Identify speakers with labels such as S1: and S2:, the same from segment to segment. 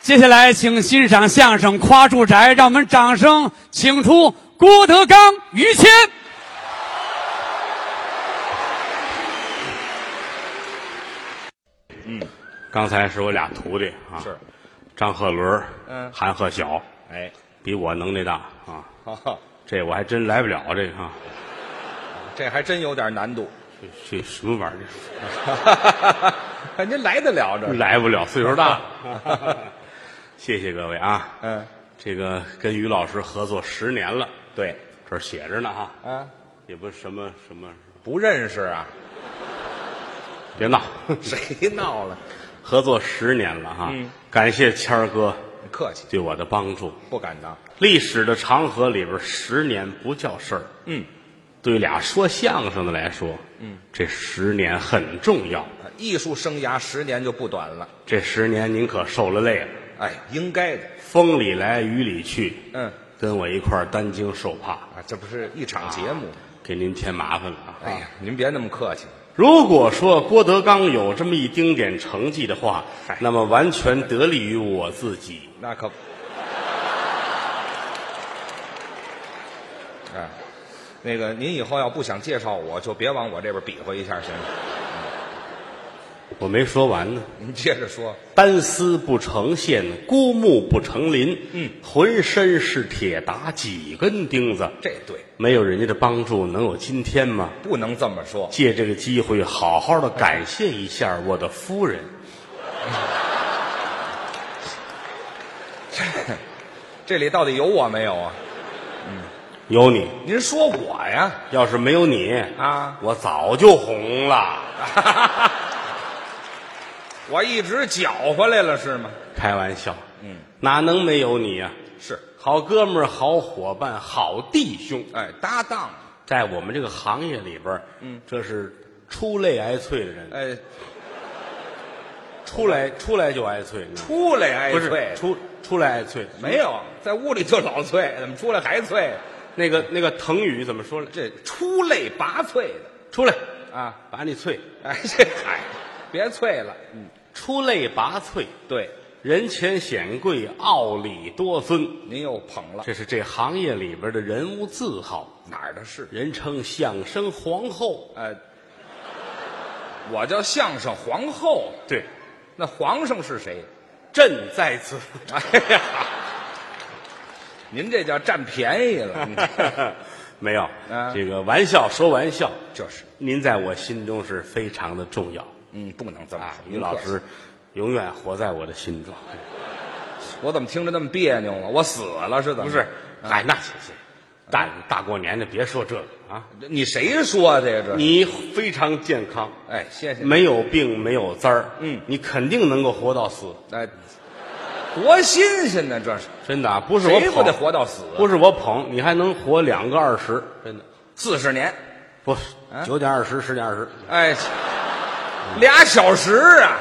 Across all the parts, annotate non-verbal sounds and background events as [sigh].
S1: 接下来，请欣赏相声《夸住宅》，让我们掌声请出郭德纲、于谦。
S2: 刚才是我俩徒弟啊，
S3: 是
S2: 张鹤伦，
S3: 嗯
S2: 韩鹤晓，
S3: 哎，
S2: 比我能耐大啊。
S3: [laughs] 哦，
S2: 这我还真来不了这个啊，
S3: 这还真有点难度。 [laughs]
S2: 这这什么玩意儿？
S3: 您来得了这
S2: 这
S3: [laughs] 是？
S2: 来不了，岁数
S3: [laughs]
S2: 大了。谢谢各位啊，
S3: 嗯，
S2: 这个跟于老师合作十年了，
S3: 对，
S2: 这儿写着呢哈，
S3: 啊，
S2: 也不什么什么，
S3: 不认识啊， [laughs]
S2: 别闹，
S3: 谁闹了？
S2: 合作十年了哈，
S3: 嗯
S2: 感谢谦儿哥
S3: 客气，
S2: 对我的帮助。
S3: 不敢当。
S2: 历史的长河里边，十年不叫事儿。
S3: 嗯，
S2: 对俩说相声的来说，嗯，这十年很重要。
S3: 啊艺术生涯十年就不短了，
S2: 这十年您可受了累了，
S3: 哎，应该的。
S2: 风里来雨里去，
S3: 嗯，
S2: 跟我一块儿担惊受怕，
S3: 啊，这不是一场节目。
S2: 给您添麻烦了啊。
S3: 哎呀，您别那么客气。
S2: 如果说郭德纲有这么一丁点成绩的话，
S3: 哎
S2: 那么完全得力于我自己。
S3: 那可，哎，那个，您以后要不想介绍我，就别往我这边比划一下，行吗？
S2: 我没说完呢。
S3: 您接着说。
S2: 单丝不成线，孤木不成林。嗯，浑身是铁，打几根钉子。
S3: 这对，
S2: 没有人家的帮助，能有今天吗？
S3: 不能这么说。
S2: 借这个机会，好好的感谢一下我的夫人。
S3: 这里到底有我没有啊？
S2: 有你，
S3: 您说我呀？
S2: 要是没有你
S3: 啊，
S2: 我早就红了。
S3: 我一直搅和来了是吗？
S2: 开玩笑，嗯，哪能没有你呀、
S3: 是，
S2: 好哥们儿，好伙伴，好弟兄，
S3: 哎，搭档，
S2: 在我们这个行业里边，嗯，这是出类挨萃的人，
S3: 哎，
S2: 出来出来就挨萃，你知道吗
S3: 出来挨
S2: 不
S3: 啐
S2: 是，出出来挨啐，
S3: 没有，在屋里就老啐，怎么出来还啐？
S2: 那个那个腾语怎么说来？
S3: 这出类拔萃的
S2: 出来，
S3: 啊！
S2: 把你啐，
S3: 哎，这嗨，别啐了。
S2: 出类拔萃，
S3: 对，
S2: 人前显贵，傲里多尊，
S3: 您又捧了，
S2: 这是这行业里边的人物字号，
S3: 哪儿的事？
S2: 人称相声皇后。
S3: 呃，我叫相声皇后，
S2: 对，
S3: 那皇上是谁？
S2: 朕在此。 [laughs]
S3: 哎呀，您这叫占
S2: [laughs]
S3: 便宜了，嗯你这
S2: 没有
S3: 啊，
S2: 这个玩笑说玩笑，
S3: 就是，
S2: 您在我心中是非常的重要
S3: 嗯，不能这么
S2: 啊，
S3: 说。
S2: 于老
S3: 您客
S2: 师永远活在我的心中。
S3: 嗯气，我怎么听着那么别扭啊？我死了是怎么？
S2: 不是，，
S3: 嗯
S2: 哎，那行行，大大过年的别说这个啊，
S3: 你谁说的呀？这，
S2: 你非常健康，
S3: 哎，谢谢。
S2: 没有病，没有灾儿，
S3: 嗯
S2: 你肯定能够活到死，
S3: 哎，多新鲜呢，这是
S2: 真的啊，不是我
S3: 谁
S2: 捧，
S3: 不得活到死啊？
S2: 不是我捧，你还能活两个二十，真的，
S3: 四十年，
S2: 不是
S3: 啊
S2: 九点二十，十点二十，
S3: 哎，俩小时啊，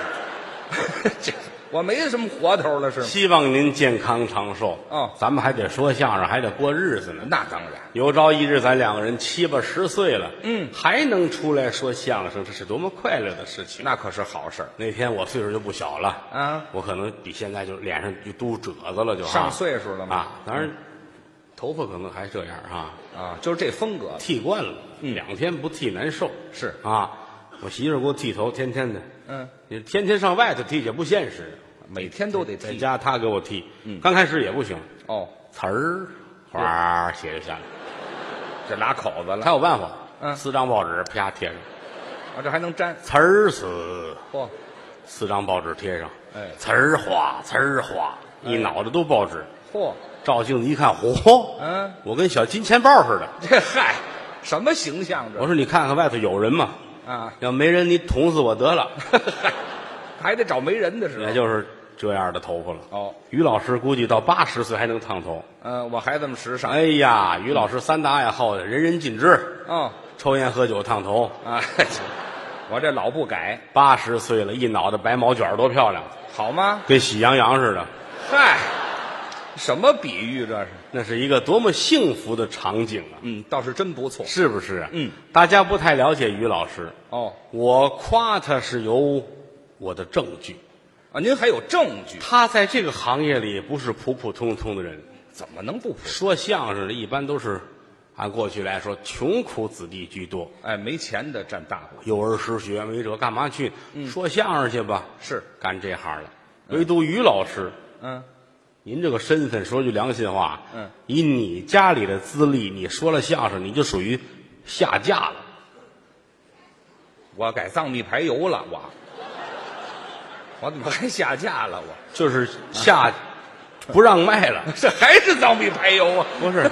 S3: [laughs] 这我没什么活头了是吗？
S2: 希望您健康长寿。
S3: 哦
S2: 咱们还得说相声，还得过日子呢。
S3: 那当然，
S2: 有朝一日，咱两个人七八十岁了，
S3: 嗯
S2: 还能出来说相声，这是多么快乐的事情！
S3: 那可是好事儿。
S2: 那天我岁数就不小了，
S3: 啊，
S2: 我可能比现在就脸上就都褶子了，就啊
S3: 上岁数了嘛
S2: 啊，当然头发可能还这样啊，
S3: 啊，就是这风格
S2: 剃惯了，
S3: 嗯
S2: 两天不剃难受
S3: 是
S2: 啊。我媳妇儿给我剃头，天天的，
S3: 嗯，
S2: 你天天上外头剃也不现实，
S3: 每天都得
S2: 在
S3: 剃。嗯
S2: 家她给我剃，刚开始也不行，
S3: 哦，
S2: 词儿
S3: 嗯
S2: 哗儿写就下来，
S3: 这拉口子了，
S2: 她有办法，
S3: 嗯
S2: 四张报纸啪贴上，
S3: 啊，这还能粘。
S2: 词儿死，
S3: 嚯，
S2: 四张报纸贴上，
S3: 哎
S2: 词儿哗，词儿哗，一脑袋都报纸。
S3: 嚯，
S2: 照镜子一看，嚯，
S3: 嗯，
S2: 我跟小金钱豹似的。
S3: 这嗨，什么形象
S2: 我
S3: 这？
S2: 说你看看外头有人吗？
S3: 啊，
S2: 要没人，你捅死我得
S3: [laughs]
S2: 了。
S3: 还得找没人的时
S2: 也
S3: 候。
S2: 就是这样的头发
S3: [laughs]
S2: 了。
S3: 哦，
S2: 于老师估计到八十岁还能烫头。
S3: 嗯，我还这么时尚。
S2: 哎呀，于老师三大爱好人人尽知：
S3: 哦，
S2: 抽烟、喝酒、烫头。
S3: 啊， [laughs] 我这老不改，
S2: 八十岁了，一脑袋白毛卷儿，多漂亮，
S3: 好吗？
S2: 跟喜羊羊似的。
S3: 嗨，什么比喻这是？
S2: 那是一个多么幸福的场景啊！
S3: 嗯，倒是真不错。
S2: 是不是？啊
S3: 嗯，
S2: 大家不太了解于老师，
S3: 哦，
S2: 我夸他是有我的证据。
S3: 啊，您还有证据？
S2: 他在这个行业里不是普普通通的人，
S3: 怎么能不普？
S2: 说相声的一般都是按过去来说穷苦子弟居多，
S3: 哎，没钱的占大部分。
S2: 幼儿失学没辙，干嘛去、说相声去吧？
S3: 嗯是
S2: 干这行了，唯独于老师，
S3: 嗯，
S2: 您这个身份，说句良心话，
S3: 嗯，
S2: 以你家里的资历，你说了相声，你就属于下架了。
S3: 我改藏秘排油了，我，我怎么还下架了？我 [laughs]
S2: 就是
S3: 啊，
S2: 下、 [laughs] 不让卖了
S3: 这还是藏秘排油啊？
S2: 不是，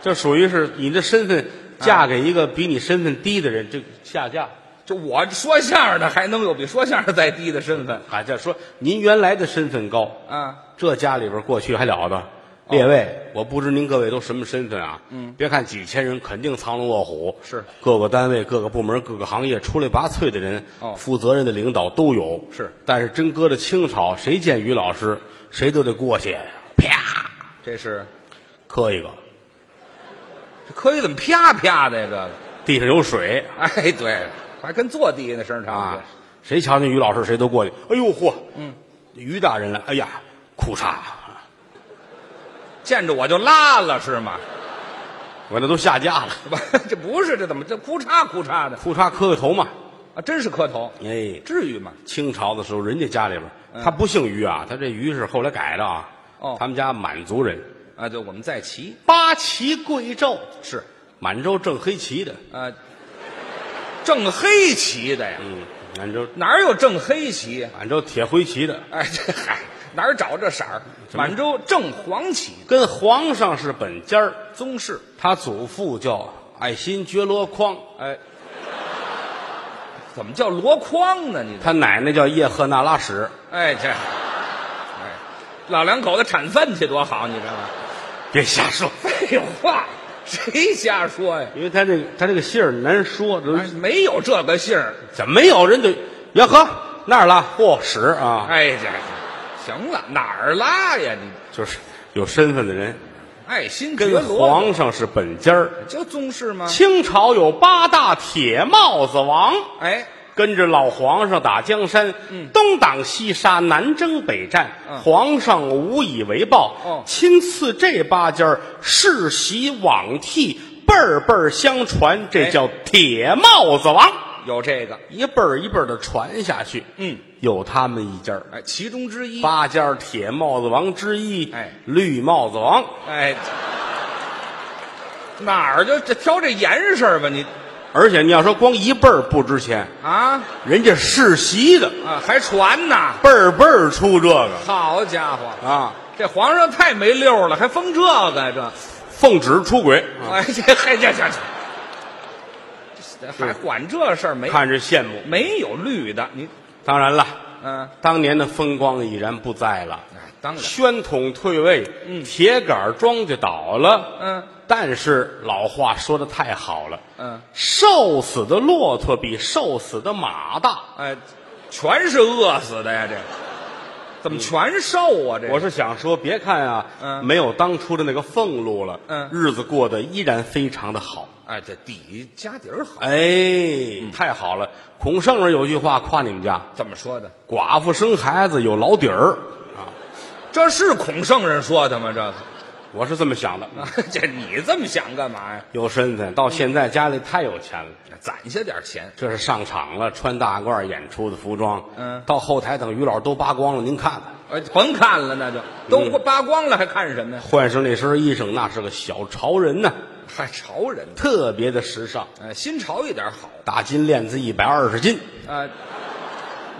S2: 就属于是你的身份嫁给一个比你身份低的人，就下嫁。
S3: 就我说相声的，还能有比说相声再低的身份
S2: 啊，这说您原来的身份高，
S3: 啊？
S2: 这家里边过去还了得？列位，哦我不知您各位都什么身份啊？嗯，别看几千人，肯定藏龙卧虎。
S3: 是
S2: 各个单位、各个部门、各个行业出类拔萃的人，
S3: 哦
S2: 负责任的领导都有。
S3: 是，
S2: 但是真搁着清朝，谁见于老师，谁都得过去，啪
S3: 这是
S2: 磕一个，
S3: 这可以怎么啪啪的呀？这个，
S2: 地上有水
S3: 哎，对，还跟坐地那声差不
S2: 啊
S3: 多。！
S2: 谁瞧见于老师，谁都过去。哎呦嚯，嗯，于大人了，哎呀，裤衩，
S3: 见着我就拉了是吗？
S2: 我那都下架了，
S3: 是吧？ [laughs] 这不是这怎么这哭嚓哭嚓的
S2: 裤衩磕个头嘛，
S3: 啊？真是磕头，
S2: 哎。
S3: 至于吗？
S2: 清朝的时候，人家家里边儿，他不姓于啊，他这于是后来改的啊。
S3: 嗯哦
S2: 他们家满族人，
S3: 啊，对，我们在骑
S2: 八旗贵胄，
S3: 是
S2: 满洲正黑旗的。
S3: 啊，正黑旗的呀，
S2: 嗯，满洲
S3: 哪有正黑旗呀？
S2: 满洲铁灰旗的，
S3: 哎，这嗨，哪儿找这色儿？满洲正黄旗，
S2: 跟皇上是本家儿。
S3: 宗室。
S2: 他祖父叫爱新觉罗匡，
S3: 哎，怎么叫箩筐呢？你这
S2: 他奶奶叫叶赫那拉史。
S3: 哎这，哎，老两口子铲粪去多好，你知道吗？ [laughs]
S2: 别瞎说，
S3: 废话，谁瞎说呀？
S2: 因为他这个他这个姓儿难说，这
S3: 哎没有这个姓儿。
S2: 怎么没有人就呀呵那儿了，嚯、史啊，
S3: 哎呀，行了，哪儿拉呀你？
S2: 就是有身份的人，
S3: 爱新觉
S2: 跟
S3: 罗
S2: 皇上是本家儿。
S3: 叫宗室吗？
S2: 清朝有八大铁帽子王，
S3: 哎，
S2: 跟着老皇上打江山，东挡西杀，南征北战，
S3: 嗯
S2: 皇上无以为报，
S3: 哦
S2: 亲赐这八家儿世袭罔替，辈儿辈儿相传，这
S3: 哎
S2: 叫铁帽子王，
S3: 有这个，
S2: 一辈儿一辈儿的传下去。
S3: 嗯，
S2: 有他们一家儿
S3: 哎，其中之一。
S2: 八家儿铁帽子王之一，
S3: 哎
S2: 绿帽子王，
S3: 哎，哪儿就这挑这严实儿吧你
S2: 而且你要说光一辈儿不值钱，
S3: 啊
S2: 人家世袭的。
S3: 啊，还传呢？
S2: 辈儿辈儿出这个
S3: 好家伙，
S2: 啊，
S3: 这皇上太没溜儿了，还封这个呀这？
S2: 奉旨出轨。
S3: 哎，这还这这这，还管这事儿没？
S2: 看着羡慕。
S3: 没有绿的，你
S2: 当然了，
S3: 嗯，
S2: 当年的风光已然不在了，
S3: 哎当然，
S2: 宣统退位，
S3: 嗯
S2: 铁杆庄稼倒了，
S3: 嗯，
S2: 但是老话说的太好了，
S3: 嗯，
S2: 瘦死的骆驼比瘦死的马大。
S3: [laughs] 哎，全是饿死的呀，这怎么全瘦啊？这
S2: 我是想说，别看啊，
S3: 嗯
S2: 没有当初的那个俸禄了，
S3: 嗯
S2: 日子过得依然非常的好。
S3: 哎，这底家底儿好，
S2: 哎，太好了！孔圣人有句话夸你们家，
S3: 怎么说的？
S2: 寡妇生孩子有老底儿，
S3: 这是孔圣人说的吗？这个 [laughs]
S2: 我是这么想的。
S3: 啊，这你这么想干嘛呀？
S2: 有身份，到现在家里太有钱了。
S3: 攒下点钱，
S2: 这是上场了，穿大褂演出的服装。
S3: 嗯
S2: 到后台等于老师都扒光了，您看看，
S3: 哎，甭看了，那就都扒光了，还看什么呀？
S2: 换上那身衣裳，那是个小潮人呐，
S3: 还潮人呢，
S2: 特别的时尚。
S3: 哎，新潮一点好
S2: 大金链子一百二十斤，
S3: 啊。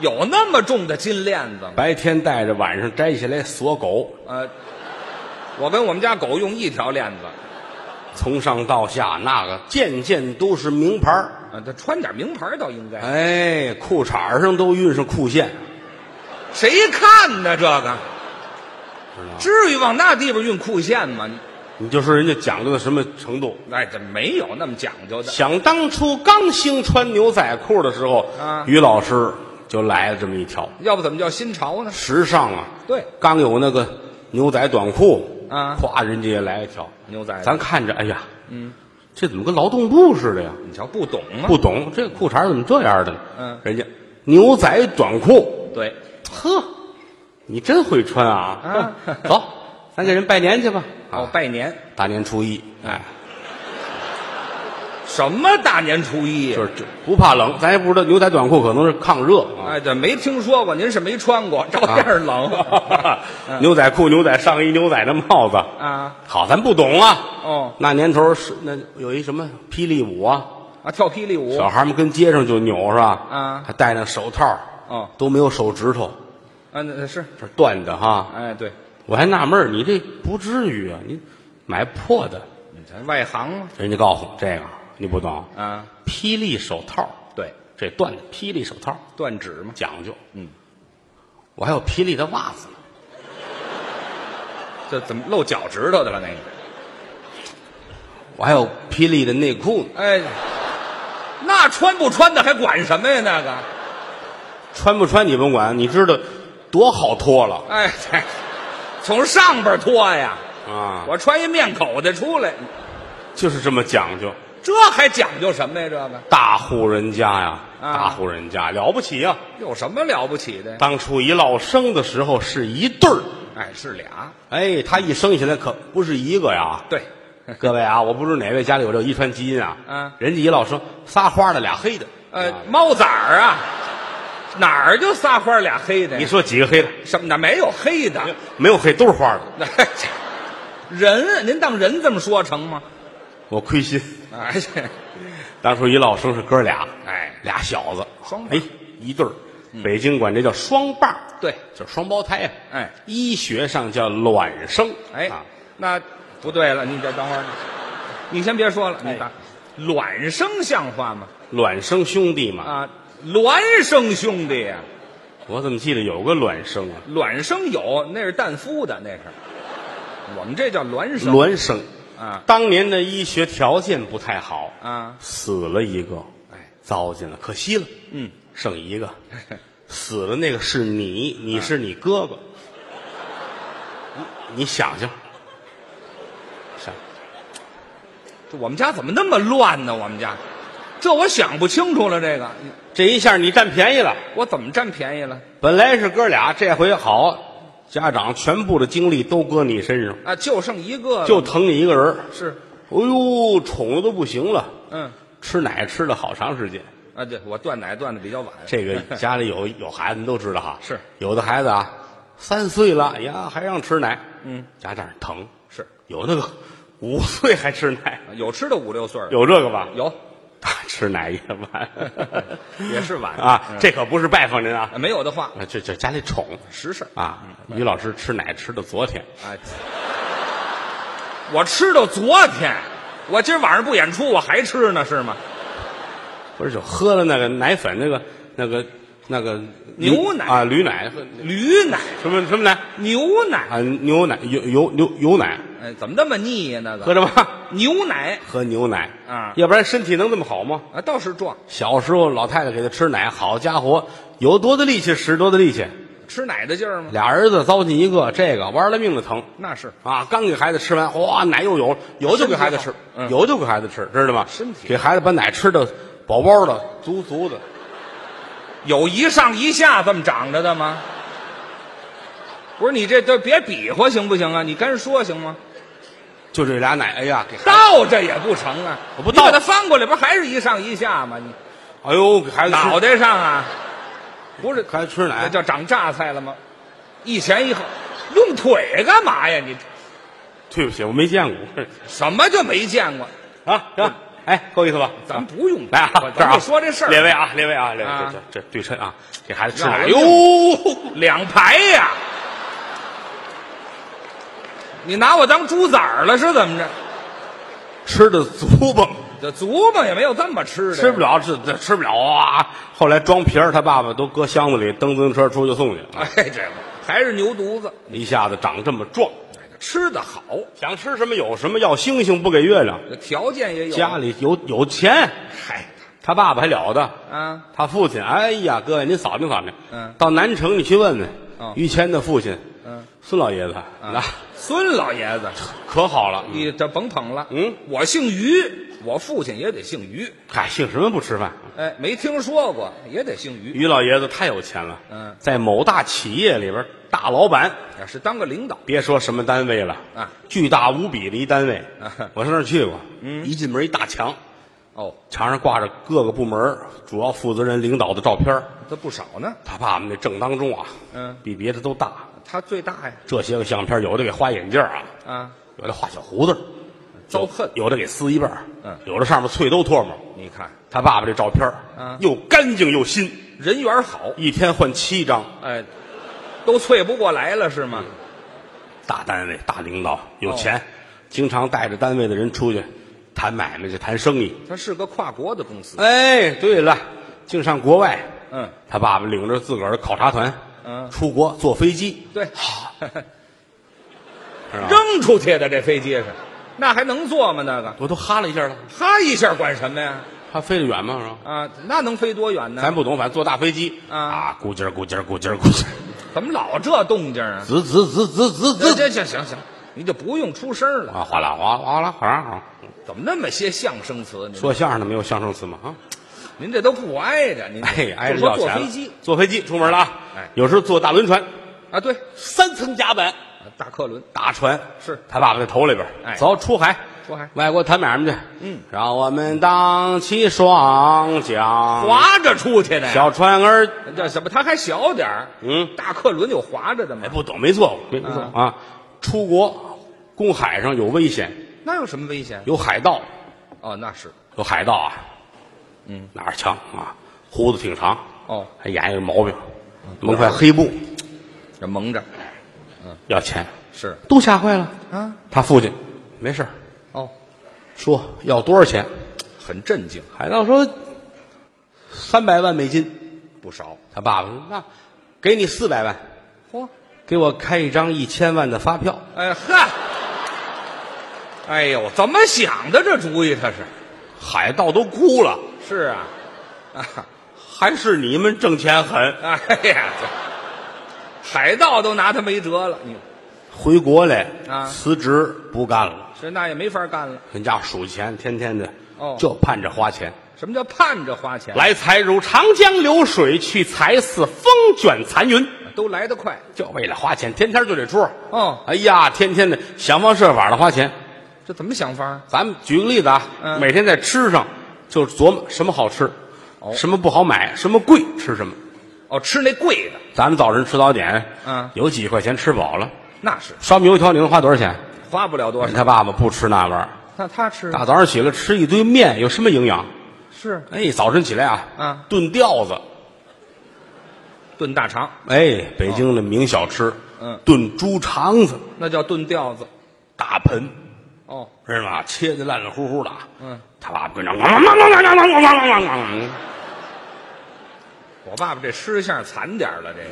S3: 有那么重的金链子吗？
S2: 白天戴着，晚上摘下来锁狗，
S3: 呃，我跟我们家狗用一条链子，
S2: 从上到下那个件件都是名牌儿
S3: 啊，它穿点名牌倒应该。
S2: 哎，裤衩上都熨上裤线，
S3: 谁看呢？这个
S2: 知道吗？
S3: 至于往那地方运裤线吗？你
S2: 你就说人家讲究到什么程度？
S3: 哎，这没有那么讲究的。
S2: 想当初刚兴穿牛仔裤的时候，
S3: 啊
S2: 于老师就来了这么一条，
S3: 要不怎么叫新潮呢？
S2: 时尚啊。
S3: 对，
S2: 刚有那个牛仔短裤，
S3: 啊
S2: 咵，人家也来一条
S3: 牛仔的
S2: 咱看着，哎呀，嗯，这怎么跟劳动部似的呀？
S3: 你瞧不懂啊吗？
S2: 不懂，这个裤衩怎么这样的呢？
S3: 嗯
S2: 人家牛仔短裤，
S3: 对，
S2: 呵，你真会穿啊！ [laughs] 走，咱给人拜年去吧。啊
S3: 哦，拜年，
S2: 大年初一，哎，
S3: 什么大年初一
S2: 就是这不怕冷，咱也不知道牛仔短裤可能是抗热啊。
S3: 哎，这没听说过，您是没穿过，照 [laughs] 样
S2: [laughs]
S3: 冷
S2: 牛仔裤、牛仔上衣、牛仔的帽子，
S3: 啊！
S2: 好，咱不懂啊。
S3: 哦
S2: 那年头是那有一什么霹雳舞啊，
S3: 啊，跳霹雳舞
S2: 小孩们跟街上就扭是吧？
S3: 啊
S2: 还戴那手套，
S3: 哦
S2: 都没有手指头，
S3: 啊，那是，
S2: 这断的哈。
S3: 哎，对，
S2: 我还纳闷儿你这不至于啊，你买破的。
S3: 你咱外行嘛，
S2: 人家告诉我这个你不懂，
S3: 啊，
S2: 霹雳手套，
S3: 对，
S2: 这断的霹雳手套
S3: 断指嘛，
S2: 讲究。
S3: 嗯，
S2: 我还有霹雳的袜子呢，
S3: 这怎么露脚趾头的了？那个，
S2: 我还有霹雳的内裤呢，
S3: 哎，那穿不穿的还管什么呀？那个，
S2: 穿不穿你甭管，你知道多好脱了
S3: 哎，这从上边脱呀，
S2: [laughs] 啊！
S3: 我穿一面口袋出来，
S2: 就是这么讲究，
S3: 这还讲究什么呀？这个
S2: 大户人家呀，
S3: 啊
S2: 大户人家了不起呀、
S3: 有什么了不起的？呀？
S2: 当初一落生的时候是一对儿，
S3: 哎，是俩，
S2: 哎，他一生下来可不是一个
S3: [laughs]
S2: 呀。
S3: 对，
S2: 各位啊，我不知道哪位家里有这个遗传基因啊。
S3: 嗯
S2: 人家一落生仨花的俩黑的。
S3: 呃，猫崽儿啊，哪儿就仨花俩黑的呀？
S2: 你说几个黑的？
S3: 什么？哪没有黑的？
S2: 没有黑，都是花的。
S3: 那 [laughs] 人，您当人这么说成吗？
S2: 我亏心，
S3: 哎 [laughs] 呀，
S2: 当初一落生是哥俩，
S3: 哎
S2: 俩小子，
S3: 双嗯棒
S2: 哎，一对儿。北京管这叫双棒，
S3: 对，
S2: 就是双胞胎啊。
S3: 哎，
S2: 医学上叫卵生。
S3: 哎，
S2: 啊
S3: 那不对了，你这等会儿，你先别说了，
S2: 哎
S3: 你看，卵生像话吗？
S2: 卵生兄弟嘛。
S3: 啊，孪生兄弟呀、
S2: 我怎么记得有个卵生啊？
S3: 卵生有，那是蛋孵的，那是，我们这叫孪生
S2: 卵生
S3: 啊
S2: 当年的医学条件不太好，
S3: 啊，
S2: 死了一个，
S3: 哎，
S2: 糟践了，可惜了，
S3: 嗯，
S2: 剩一
S3: [laughs]
S2: 个，死了那个是你，你是你哥哥，
S3: 啊
S2: 你你想想，想
S3: 这我们家怎么那么乱呢？我们家，这我想不清楚了，这个
S2: 这一下你占便宜了，
S3: 我怎么占便宜了？
S2: 本来是哥俩，这回好，家长全部的精力都搁你身上，
S3: 啊，就剩一个了，
S2: 就疼你一个人儿，
S3: 是，
S2: 哎呦，宠的都不行了，
S3: 嗯，
S2: 吃奶吃了好长时间。
S3: 啊，对我断奶断的比较晚，
S2: 这个家里
S3: [laughs]
S2: 有有孩子，你都知道哈。
S3: 是
S2: 有的孩子啊，三岁了哎呀，还让吃奶，
S3: 嗯，
S2: 家长疼。
S3: 是
S2: 有那个五岁还吃奶，
S3: 有吃的五六岁儿的
S2: 有这个吧？
S3: 有，
S2: 他吃奶也晚，
S3: 也 [laughs] 是晚
S2: 啊
S3: 嗯。
S2: 这可不是拜访您啊，
S3: 没有的话，
S2: 啊这这家里宠
S3: 实事
S2: 啊。
S3: 嗯
S2: 于老师吃奶吃到昨天，
S3: 哎，我吃到昨天，我今儿晚上不演出，我还吃呢，是吗？
S2: 不是就喝了那个奶粉那个那个那个
S3: 牛奶
S2: 啊，驴奶和
S3: 驴奶、
S2: 什么什么奶
S3: 牛奶，
S2: 啊，牛奶油油牛油奶，
S3: 哎，怎么那么腻呀、那
S2: 喝
S3: 个
S2: 着吧，
S3: 牛奶
S2: 喝牛奶
S3: 啊
S2: 要不然身体能这么好吗？
S3: 啊，倒是壮，
S2: 小时候老太太给他吃奶，好家伙，有多大力气使多大力气。
S3: 吃奶的劲儿吗？
S2: 俩儿子糟践一个，这个玩了命的疼
S3: 那是
S2: 啊！刚给孩子吃完，哗，奶又有了，有就给孩子吃
S3: 身体好，嗯
S2: 有就给孩子吃，知道吗？
S3: 身体
S2: 给孩子把奶吃的饱饱的，足足的。
S3: 有一上一下这么长着的吗？不是你这这别比划行不行啊？你干说行吗？
S2: 就这俩奶，哎呀，给孩
S3: 倒着也不成啊！
S2: 我不倒
S3: 你把它翻过来，不还是一上一下吗？你
S2: 哎呦，给孩子吃
S3: 脑袋上啊，不是
S2: 给孩子吃
S3: 那
S2: 奶，
S3: 叫长榨菜了吗？一前一后，用腿干嘛呀？你
S2: 对不起，我没见过 [laughs]
S3: 什么就没见过？
S2: 啊，行吧，哎，够意思吧？
S3: 咱不用
S2: 来啊，这儿
S3: 咱
S2: 啊，
S3: 就说这事儿。
S2: 列位啊，列位啊，列位，
S3: 啊
S2: 这这这对称啊，给孩子吃奶，
S3: 哪
S2: 哎
S3: 有
S2: 呦，
S3: 两排呀、你拿我当猪崽儿了是怎么着？
S2: 吃的足蹦。
S3: 这琢磨也没有这么吃的，
S2: 吃不。了，这这吃不了啊！后来装瓶儿，他爸爸都搁箱子里，蹬自行车出去送去，
S3: 哎，这还是牛犊子，
S2: 一下子长这么壮。
S3: 吃的好，
S2: 想吃什么有什么，要星星不给月亮。
S3: 这条件也有。
S2: 家里有有钱，
S3: 嗨
S2: 他爸爸还了得，
S3: 啊，
S2: 他父亲，哎呀，各位您扫听扫听，
S3: 嗯
S2: 到南城你去问问
S3: 哦，
S2: 于谦的父亲，
S3: 嗯，
S2: 孙老爷子，那
S3: 孙老爷子，
S2: 可好了。
S3: 你这甭捧了。
S2: 嗯，
S3: 我姓于，我父亲也得姓于。
S2: 嗨，姓什么不吃饭？
S3: 哎，没听说过，也得姓于。
S2: 于老爷子太有钱了，
S3: 嗯
S2: 在某大企业里边大老板，
S3: 要是当个领导，
S2: 别说什么单位了
S3: 啊，
S2: 巨大无比的一单位
S3: 啊，嗯
S2: 我上那儿去过，一进门一大墙，
S3: 哦，
S2: 墙上挂着各个部门主要负责人领导的照片儿
S3: 这不少呢。
S2: 他爸爸那正当中啊，
S3: 嗯
S2: 比别的都大。
S3: 他最大呀，
S2: 这些个相片，有的给画眼镜儿啊，
S3: 啊，
S2: 有的画小胡子儿，
S3: 遭恨
S2: 有的给撕一半儿
S3: 嗯
S2: 有的上面啐都唾沫。
S3: 你看
S2: 他爸爸这照片儿
S3: 嗯
S2: 又干净又新，
S3: 人缘好，
S2: 一天换七张。
S3: 哎，都萃不过来了是吗？
S2: 嗯大单位、大领导
S3: 哦
S2: 有钱，经常带着单位的人出去谈买卖去、谈生意。
S3: 他是个跨国的公司，
S2: 哎，对了，净上国外。
S3: 嗯，
S2: 他爸爸领着自个儿的考察团，
S3: 嗯
S2: 出国坐飞机，
S3: 对， [laughs]
S2: 是吧？
S3: 扔出去的这飞机是，那还能坐吗？那个
S2: 我都哈了一下了，
S3: 哈一下管什么呀？
S2: 他飞得远吗？是吧
S3: 啊，那能飞多远呢？
S2: 咱不懂，反正坐大飞机
S3: 啊
S2: 啊，咕叽儿咕叽儿咕叽儿咕叽儿，
S3: 怎么老这动静啊？
S2: 滋滋滋滋滋
S3: 这
S2: 滋
S3: 这行行行，你就不用出声了。
S2: 啊，哗啦哗啦哗啦哗啦哗啦。
S3: 怎么那么些相声词？您
S2: 说相声的没有相声词吗？啊，
S3: 您这都不挨着，您
S2: 哎，挨着
S3: 就说
S2: 要
S3: 坐
S2: 钱
S3: 飞
S2: 了
S3: 机，
S2: 坐飞机出门了啊
S3: 哎！
S2: 有时候坐大轮船，
S3: 啊？对，
S2: 三层甲板，
S3: 大客轮
S2: 大船
S3: 是
S2: 他爸爸在头里边，
S3: 哎
S2: 走出海，
S3: 出海
S2: 外国谈买卖去，
S3: 嗯，
S2: 让我们荡起双桨，
S3: 划着出去的呀，
S2: 啊小船儿，
S3: 这什么？他还小点儿，
S2: 嗯，
S3: 大客轮有划着的吗
S2: 哎，？不懂没坐过，没没坐过啊，出国公海上有危险，
S3: 那有什么危险？
S2: 有海盗，
S3: 哦，那是
S2: 有海盗啊，嗯，拿着枪啊，胡子挺长，
S3: 哦，
S2: 还眼有毛病，蒙块黑布，
S3: 这蒙着
S2: 要钱，
S3: 是
S2: 都吓坏了。
S3: 啊，
S2: 他父亲没事儿
S3: 哦，
S2: 说要多少钱？
S3: 很震惊，
S2: 海盗说三百万美金。
S3: 不少。
S2: 他爸爸说那给你四百万，
S3: 嚯，
S2: 给我开一张一千万的发票。
S3: 哎呵，哎呦，怎么想的这主意？他是
S2: 海盗都哭了，
S3: 是啊，啊，
S2: 还是你们挣钱狠。
S3: 哎呀，这海盗都拿他没辙了，你
S2: 回国来
S3: 啊
S2: 辞职不干了，
S3: 这那也没法干了。
S2: 跟家数钱，天天的
S3: 哦
S2: 就盼着花钱。
S3: 什么叫盼着花钱？
S2: 来财如长江流水，去财似风卷残云。
S3: 都来得快
S2: 就为了花钱，天天就这出。
S3: 哦，
S2: 哎呀，天天的想方设法的花钱。
S3: 这怎么想法儿？
S2: 咱们举个例子啊，
S3: 嗯
S2: 每天在吃上就琢磨什么好吃，
S3: 哦
S2: 什么不好买，什么贵吃什么。
S3: 哦，吃那贵的，
S2: 咱们早晨吃早点，
S3: 嗯
S2: 有几块钱吃饱了。
S3: 那是
S2: 烧米油条你能花多少钱？
S3: 花不了多少。
S2: 他爸爸不吃那玩意儿，
S3: 嗯那他吃
S2: 大早上起来吃一堆面，有什么营养？
S3: 是
S2: 哎，早晨起来啊，
S3: 嗯
S2: 炖吊子，
S3: 炖大肠，
S2: 哎，北京的名小吃，
S3: 嗯
S2: 炖猪肠子，
S3: 那叫炖吊子。
S2: 大盆，
S3: 哦，
S2: 知道吗？切的烂烂乎乎的，啊
S3: 嗯，
S2: 他爸爸跟着，汪汪汪汪汪汪汪汪汪汪汪汪，
S3: 我爸爸这吃相惨点儿了，这个，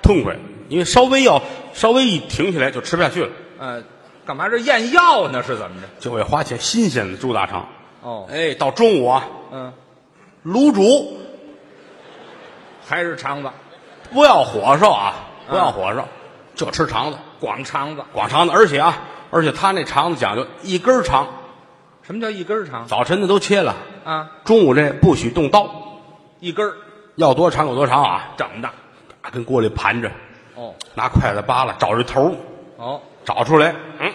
S2: 痛快，因为稍微要稍微一停起来就吃不下去了，
S3: 呃，干嘛这验药呢？是怎么着？
S2: 就为花钱新鲜的猪大肠。
S3: 哦，
S2: 哎，到中午啊，
S3: 嗯，
S2: 卤煮
S3: 还是肠子，
S2: 不要火烧啊，不要火烧，就吃肠子，
S3: 广肠子。
S2: 光肠子，而且啊，而且他那肠子讲究一根儿肠，
S3: 什么叫一根儿肠？
S2: 早晨的都切了，
S3: 啊，
S2: 中午这不许动刀，
S3: 一根儿
S2: 要多长有多长啊，
S3: 整的。
S2: 跟锅里盘着，
S3: 哦，
S2: 拿筷子扒拉，找一头儿，
S3: 哦，
S2: 找出来，嗯，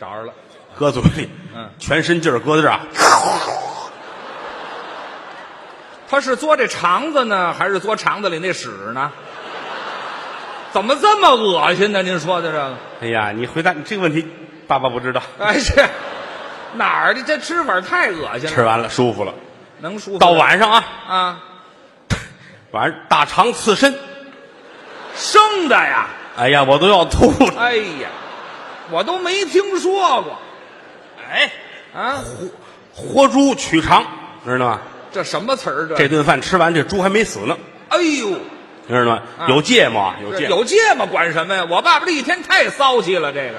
S3: 找着了。
S2: 搁嘴里，
S3: 嗯
S2: 全身劲儿搁在这儿啊，
S3: 他是嘬这肠子呢，还是嘬肠子里那屎呢？怎么这么恶心呢？您说的这个，
S2: 哎呀，你回答你这个问题，爸爸不知道。
S3: 哎这哪儿的这吃法太恶心
S2: 吃
S3: 了，
S2: 完了舒服了，
S3: 能舒服
S2: 到晚上啊，
S3: 啊，
S2: 晚上大肠刺身，
S3: 生的呀！
S2: 哎呀，我都要吐了。 [laughs]
S3: 哎呀，我都没听说过
S2: 哎，
S3: 啊，
S2: 活猪取肠，知道吗？
S3: 这什么词儿这？
S2: 这顿饭吃完，这猪还没死呢，
S3: 哎呦，
S2: 知道吗？
S3: 啊
S2: 有芥末啊，有
S3: 这
S2: 芥末。
S3: 有芥末管什么呀？我爸爸这一天太骚气了，这个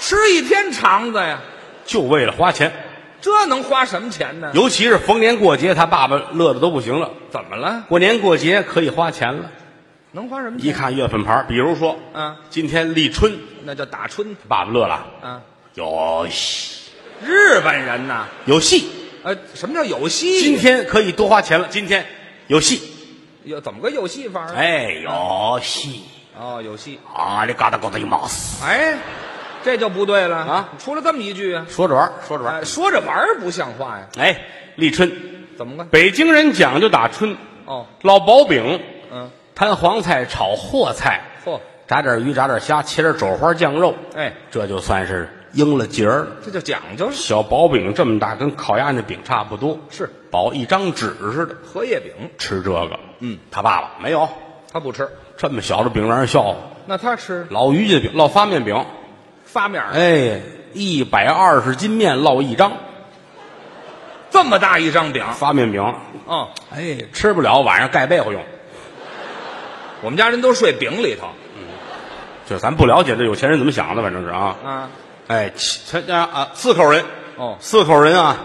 S3: 吃一天肠子呀，
S2: 就为了花钱，
S3: 嗯这能花什么钱呢？
S2: 尤其是逢年过节，他爸爸乐的都不行了。
S3: 怎么了？
S2: 过年过节可以花钱了，
S3: 能花什么
S2: 一
S3: 钱？
S2: 看月份牌，比如说，
S3: 啊，
S2: 今天立春，
S3: 那叫打春
S2: 爸爸乐了，
S3: 啊！
S2: 有戏，
S3: 日本人呐，
S2: 有戏。
S3: 呃，什么叫有戏？
S2: 今天可以多花钱了，今天有戏，哎
S3: 有怎么个有戏法啊？
S2: 哎，有戏。
S3: 啊、哦，有戏。
S2: 啊，你嘎达嘎达一毛死。
S3: 哎，这就不对了
S2: 啊！
S3: 出了这么一句啊，
S2: 说着玩儿，说着玩
S3: 哎
S2: 儿。
S3: 说着玩儿不像话呀？
S2: 哎，立春，
S3: 怎么个？
S2: 北京人讲究打春，
S3: 哦，
S2: 烙薄饼，
S3: 嗯，
S2: 摊黄菜，炒货菜，
S3: 嚯，
S2: 炸点鱼，炸点虾，切点肘花酱肉，
S3: 哎，
S2: 这就算是应了节儿了。
S3: 这就讲究是
S2: 小薄饼这么大，跟烤鸭那饼差不多，
S3: 是
S2: 薄一张纸似的。
S3: 荷叶饼，
S2: 吃这个，嗯，他爸爸没有
S3: 他不吃，
S2: 这么小的饼让人笑话。
S3: 那他吃
S2: 老于家饼烙发面饼，
S3: 发面儿，
S2: 哎，一百二十斤面烙一张
S3: 这么大一张饼
S2: 发面饼，
S3: 哦，
S2: 哎，吃不了，晚上盖被子用。
S3: 我们家人都睡饼里头
S2: 就咱不了解这有钱人怎么想的，反正是啊，
S3: 啊。
S2: 哎，七全家啊四口人，
S3: 哦
S2: 四口人啊，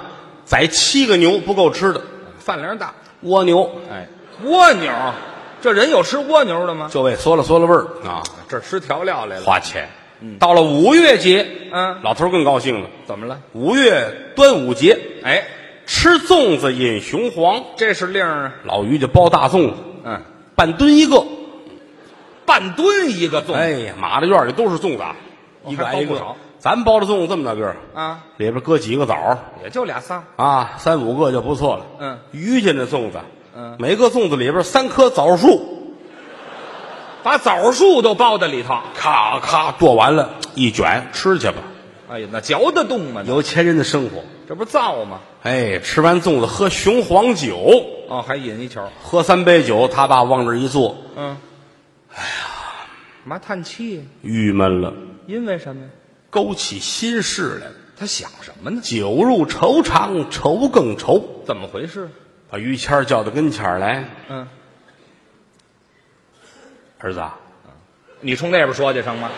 S2: 宰七个牛不够吃的，
S3: 饭量大，
S2: 蜗牛，
S3: 哎，蜗牛，这人有吃蜗牛的吗？
S2: 就为缩了缩了味儿啊，
S3: 这吃调料来了，
S2: 花钱。到了五月节，
S3: 嗯
S2: 老头儿更高兴了。
S3: 怎么了？
S2: 五月端午节，
S3: 哎，
S2: 吃粽子饮雄黄，
S3: 这是令儿啊，
S2: 老于就包大粽子，
S3: 嗯，
S2: 半吨一个。
S3: 半吨一个粽子、
S2: 哎呀，马的院里都是粽子啊，一个挨一
S3: 哦还包不
S2: 个
S3: 少。
S2: 咱包的粽子这么大个儿，
S3: 啊，
S2: 里边搁几个枣儿
S3: 也就俩仨，
S2: 啊，三五个就不错了。
S3: 嗯，
S2: 于家那粽子，
S3: 嗯
S2: 每个粽子里边三棵枣树，
S3: 把枣树都包在里头。
S2: 咔咔剁完了，一卷吃去吧。
S3: 哎呀，那嚼得动吗？
S2: 有钱人的生活，
S3: 这不造吗？
S2: 哎，吃完粽子喝雄黄酒，
S3: 哦，还引一球。
S2: 喝三杯酒，他爸往这儿一坐，
S3: 嗯，哎呀，嘛叹气呀？
S2: 郁闷了，
S3: 因为什么呀？
S2: 勾起心事来了。
S3: 他想什么呢？
S2: 酒入愁肠，愁更愁。
S3: 怎么回事？
S2: 把于谦儿叫到跟前儿来，
S3: 嗯，
S2: 儿子啊，
S3: 你冲那边说去成吗？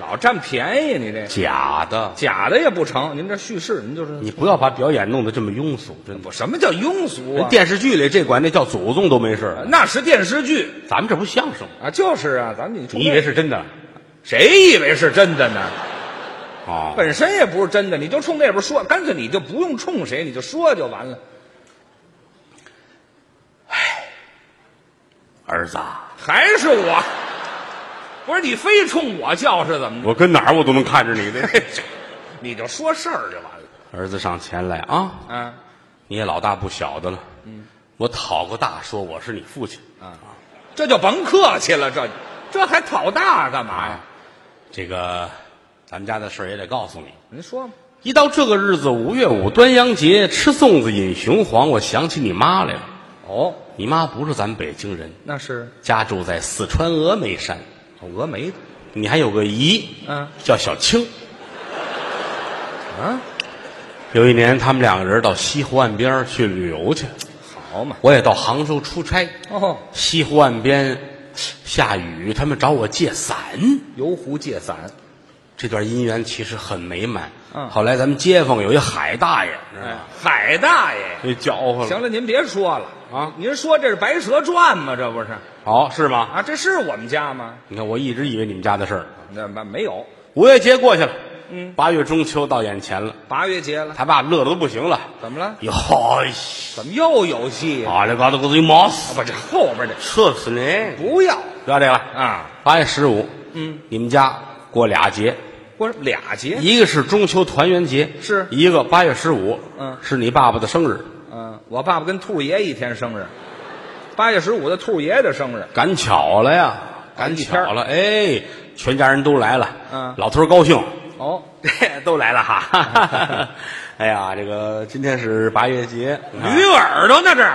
S3: 老占便宜，你这
S2: 假的，
S3: 假的也不成。您这叙事，您就是
S2: 你不要把表演弄得这么庸俗，真的。
S3: 我什么叫庸俗
S2: 人
S3: 啊？
S2: 哎电视剧里这管那叫祖宗都没事儿，
S3: 那是电视剧
S2: 咱们这不相声，
S3: 啊，就是啊，咱们你
S2: 你以为是真的？
S3: 谁以为是真的呢？
S2: 哦，
S3: 本身也不是真的，你就冲那边说，干脆你就不用冲谁，你就说就完了。
S2: 儿子啊，
S3: 还是我，不是你非冲我叫是怎么的？
S2: 我跟哪儿我都能看着你
S3: [laughs]
S2: 的。
S3: 你就说事儿就完了
S2: 儿子上前来啊，
S3: 啊！
S2: 你也老大不小的了，嗯，我讨个大说我是你父亲
S3: 这就甭客气了，这这还讨大干嘛呀？
S2: 啊，这个咱们家的事儿也得告诉你。
S3: 您说吧，
S2: 一到这个日子，五月五端阳节，吃粽子饮雄黄，我想起你妈来了。
S3: 哦，
S2: 你妈不是咱北京人，
S3: 那是
S2: 家住在四川峨眉山。
S3: 峨眉的，
S2: 你还有个姨，
S3: 嗯
S2: 叫小青。
S3: 啊，
S2: 有一年，他们两个人到西湖岸边儿去旅游去，
S3: 好嘛，
S2: 我也到杭州出差。
S3: 哦，
S2: 西湖岸边下雨，他们找我借伞。
S3: 游湖借伞，
S2: 这段姻缘其实很美满。
S3: 嗯
S2: 后来咱们街坊有一海大爷，知道
S3: 哎
S2: 吗？，
S3: 海大爷，
S2: 给搅和了。
S3: 行了，您别说了
S2: 啊
S3: 您说这是《白蛇传》吗？这不是
S2: 好是吗？
S3: 啊？这是我们家吗？
S2: 你看，我一直以为你们家的事儿。
S3: 那没没有，
S2: 五月节过去了，
S3: 嗯，
S2: 八月中秋到眼前了，
S3: 八月节了，
S2: 他爸乐的都不行了。
S3: 怎么了？
S2: 哟，
S3: 怎么又有戏？啊，
S2: 啊，这嘎达给我一毛死，
S3: 不，这后边这
S2: 射死你！
S3: 不要
S2: 不要这个了。
S3: 啊！
S2: 八月十五，
S3: 嗯，
S2: 你们家过俩节，
S3: 不是俩节，
S2: 一个是中秋团圆节，
S3: 是
S2: 一个八月十五，
S3: 嗯
S2: 是你爸爸的生日，
S3: 嗯，我爸爸跟兔爷一天生日，八月十五的兔爷的生日，
S2: 赶巧了呀，赶巧了，哎，全家人都来了，
S3: 嗯
S2: 老头儿高兴，
S3: 哦，
S2: [laughs] 都来了哈， [laughs] 哎呀，这个今天是八月节，
S3: 驴耳朵呢这，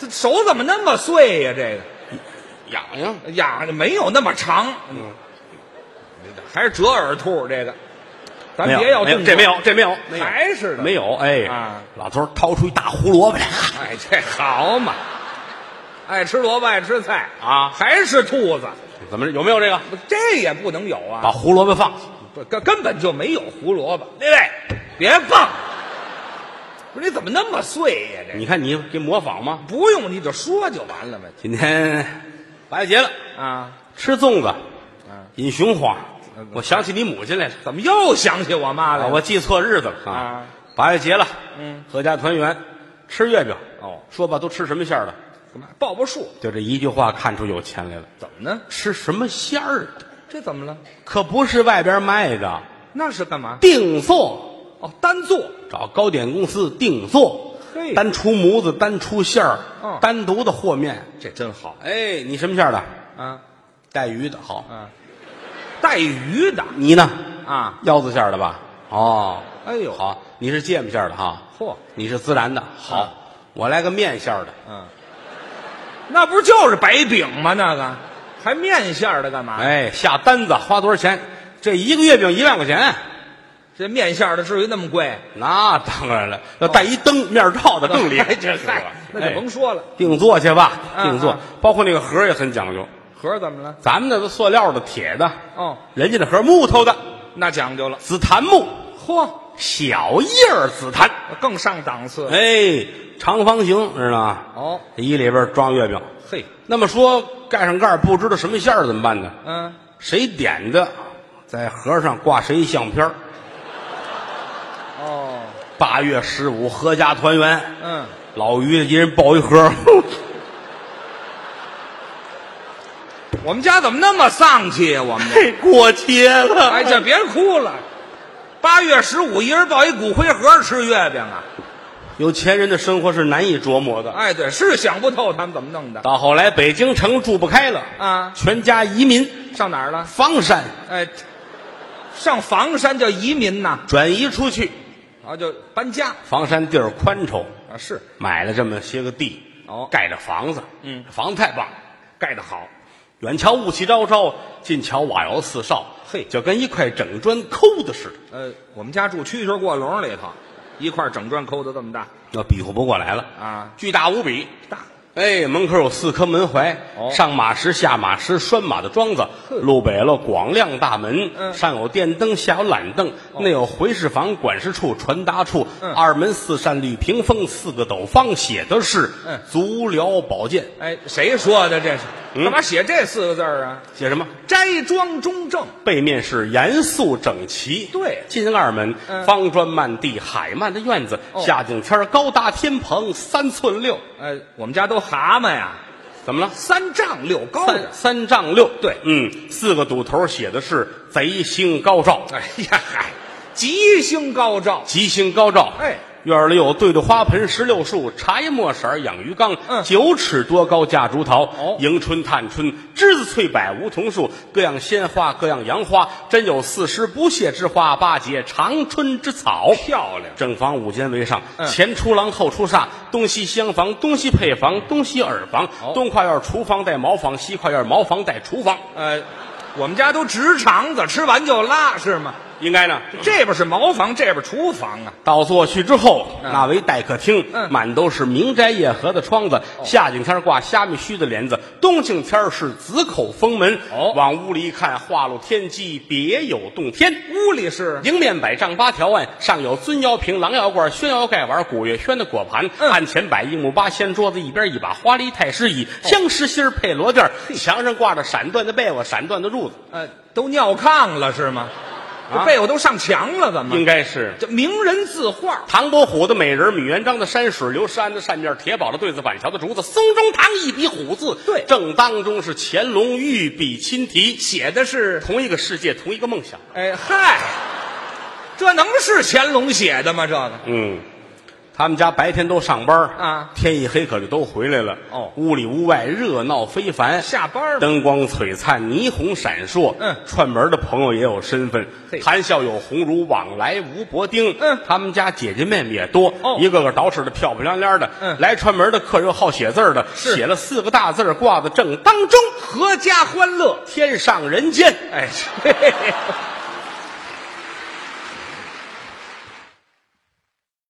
S3: 这手怎么那么碎呀、这
S2: 痒痒，
S3: 个呀，没有那么长，嗯，还是折耳兔这个，咱
S2: 没有
S3: 别要
S2: 没有哎
S3: 动
S2: 这没
S3: 有，
S2: 有，这没有，没有
S3: 还是的
S2: 没有。哎，
S3: 啊
S2: 老头儿掏出一大胡萝卜来，
S3: 哎，这好嘛，爱吃萝卜爱吃菜
S2: 啊
S3: 还是兔子，
S2: 怎么着有没有这个？
S3: 不这也不能有啊，
S2: 把胡萝卜放下。
S3: 不根根本就没有胡萝卜，
S2: 那位，
S3: 别蹦，不是你怎么那么碎呀、这
S2: 你看你给模仿吗？
S3: 不用你就说就完了呗，
S2: 今天八月节了，
S3: 啊。
S2: 吃粽子
S3: 嗯，
S2: 饮雄黄
S3: 嗯。
S2: 我想起你母亲来了，
S3: 怎么又想起我妈来
S2: 啊
S3: 了？
S2: 我记错日子了
S3: 啊！
S2: 八月节了，
S3: 嗯，
S2: 合家团圆，吃月饼。
S3: 哦，
S2: 说吧，都吃什么馅儿的？
S3: 干嘛报报数？
S2: 就这一句话看出有钱来了。
S3: 怎么呢？
S2: 吃什么馅儿的？
S3: 这怎么了？
S2: 可不是外边卖的，
S3: 那是干嘛？
S2: 定做，
S3: 哦，单做
S2: 找糕点公司定做
S3: 嘿，
S2: 单出模子，单出馅儿
S3: 嗯，
S2: 单独的和面。
S3: 这真好
S2: 哎，你什么馅儿的？
S3: 啊！
S2: 带鱼的好。
S3: 嗯带鱼的
S2: 你呢？
S3: 啊，
S2: 腰子馅儿的吧？哦，
S3: 哎呦
S2: 好，你是芥末馅儿的哈。
S3: 嚯，
S2: 你是孜然的，好
S3: 嗯，
S2: 我来个面馅儿的。
S3: 那不就是白饼吗？那个还面馅儿的干嘛？
S2: 哎，下单子花多少钱？这一个月饼一万块钱，
S3: 这面馅儿的至于那么贵？
S2: 那当然了，要带一灯面罩的更厉
S3: 哦
S2: 害，这是吧
S3: [laughs] 嗨，啊那就甭
S2: 哎
S3: 说了。
S2: 定做去吧，
S3: 嗯
S2: 定做
S3: 嗯，
S2: 包括那个盒儿也很讲究。
S3: 盒儿怎么了？
S2: 咱们的都塑料的、铁的，
S3: 哦，
S2: 人家的盒儿木头的，
S3: 那讲究了。
S2: 紫檀木，
S3: 嚯，
S2: 小叶儿紫檀，
S3: 更上档次。
S2: 哎，长方形，知道吗？
S3: 哦，
S2: 一里边装月饼。
S3: 嘿，
S2: 那么说，盖上盖儿不知道什么馅儿怎么办呢？
S3: 嗯，
S2: 谁点的，在盒上挂谁相片儿
S3: 哦，
S2: 八月十五合家团圆，
S3: 嗯，
S2: 老于一人抱一盒， [laughs]
S3: 我们家怎么那么丧气呀？ [laughs] 我们家，
S2: 嘿，过节了。
S3: 哎，这别哭了。八月十五，一人抱一骨灰盒吃月饼啊！
S2: 有钱人的生活是难以琢磨的。
S3: 哎，对，是想不透他们怎么弄的。
S2: 到后来，北京城住不开了
S3: 啊
S2: 全家移民
S3: 上哪儿了？
S2: 房山，
S3: 哎，上房山叫移民呐，
S2: 转移出去。
S3: 啊，就搬家
S2: 房山地儿宽敞，
S3: 啊，是
S2: 买了这么些个地，
S3: 哦
S2: 盖着房子，
S3: 嗯
S2: 房子太棒了，盖得好。远瞧雾气昭昭，近瞧瓦窑四少，
S3: 嘿
S2: 就跟一块整砖抠的似的，
S3: 呃，我们家住蛐蛐过笼里头，一块整砖抠的这么大
S2: 要比划不过来了
S3: 啊
S2: 巨大无比。
S3: 大，
S2: 哎，门口有四颗门槐，
S3: 哦
S2: 上马石、下马石、拴马的桩子，路北了广亮大门，
S3: 嗯哦
S2: 上有电灯，下有懒凳，内有回事房、管事处、传达处，
S3: 嗯
S2: 二门四扇绿屏风，四个斗方，写的是
S3: 嗯
S2: 足疗保健，
S3: 哎，谁说的这是？
S2: 嗯
S3: 干嘛写这四个字儿啊？
S2: 写什么？
S3: 斋庄中正，
S2: 背面是严肃整齐，
S3: 对
S2: 进二门、
S3: 嗯
S2: 方砖漫地，海漫的院子，
S3: 哦
S2: 夏景天儿高搭天棚三寸六，
S3: 哎，我们家都蛤蟆呀，
S2: 怎么了？
S3: 三丈六高
S2: 三
S3: 的。
S2: 三丈六，
S3: 对
S2: 嗯，四个堵头写的是贼星高照，
S3: 哎呀，嗨，吉星高照，
S2: 吉星高照。
S3: 哎，
S2: 院里有对对花盆、石榴树、茶叶墨色儿养鱼缸，
S3: 嗯
S2: 九尺多高架竹桃，
S3: 哦
S2: 迎春、探春、栀子、翠柏、梧桐树，各样鲜花，各样洋花，真有四时不谢之花，八节长春之草。
S3: 漂亮。
S2: 正房五间为上，
S3: 嗯
S2: 前出廊后出煞，东西厢房，东西配房，东西耳房，
S3: 哦
S2: 东跨院厨房带茅房，西跨院茅房带厨房，
S3: 呃，我们家都直肠子，吃完就拉，是吗？
S2: 应该呢。
S3: 这边是茅房，这边厨房啊。
S2: 到座去之后，
S3: 嗯
S2: 那为待客厅，
S3: 嗯哦
S2: 满都是明斋夜荷的窗子，夏景天挂虾米须的帘子，冬景天是紫口封门。
S3: 哦
S2: 往屋里一看，画露天际，别有洞天。
S3: 屋里是
S2: 迎面百丈八条案，上有尊窑瓶、狼窑罐、宣窑盖碗、古月轩的果盘。
S3: 嗯
S2: 案前摆一木八仙桌子，一边一把花梨太师椅，
S3: 哦
S2: 镶石心儿配罗垫儿，墙上挂着闪缎的被窝、闪缎的褥子，
S3: 呃，都尿炕了是吗？这被我都上墙了，怎么？
S2: 啊应该是
S3: 这名人字画，
S2: 唐伯虎的美人儿，米元璋的山水，刘诗安的扇面，铁宝的对子，板桥的竹子，松中堂一笔虎字，
S3: 对
S2: 正当中是乾隆御笔亲题，
S3: 写的是，
S2: 同一个世界，同一个梦想。
S3: 哎嗨，这能是乾隆写的吗？这个
S2: 嗯，他们家白天都上班儿
S3: 啊
S2: 天一黑可就都回来了。
S3: 哦
S2: 屋里屋外热闹非凡，
S3: 下班嘛，
S2: 灯光璀璨，霓虹闪烁。
S3: 嗯
S2: 串门的朋友也有身份
S3: 嘿，
S2: 谈笑有鸿儒，往来无薄丁。
S3: 嗯
S2: 他们家姐姐妹妹也多，
S3: 哦
S2: 一个个捯饬的漂漂亮亮的。
S3: 嗯
S2: 来串门的客人又好写字儿的，
S3: 是
S2: 写了四个大字儿挂在正当中，
S3: 阖家欢乐。
S2: 天上人间。
S3: 哎，嘿嘿嘿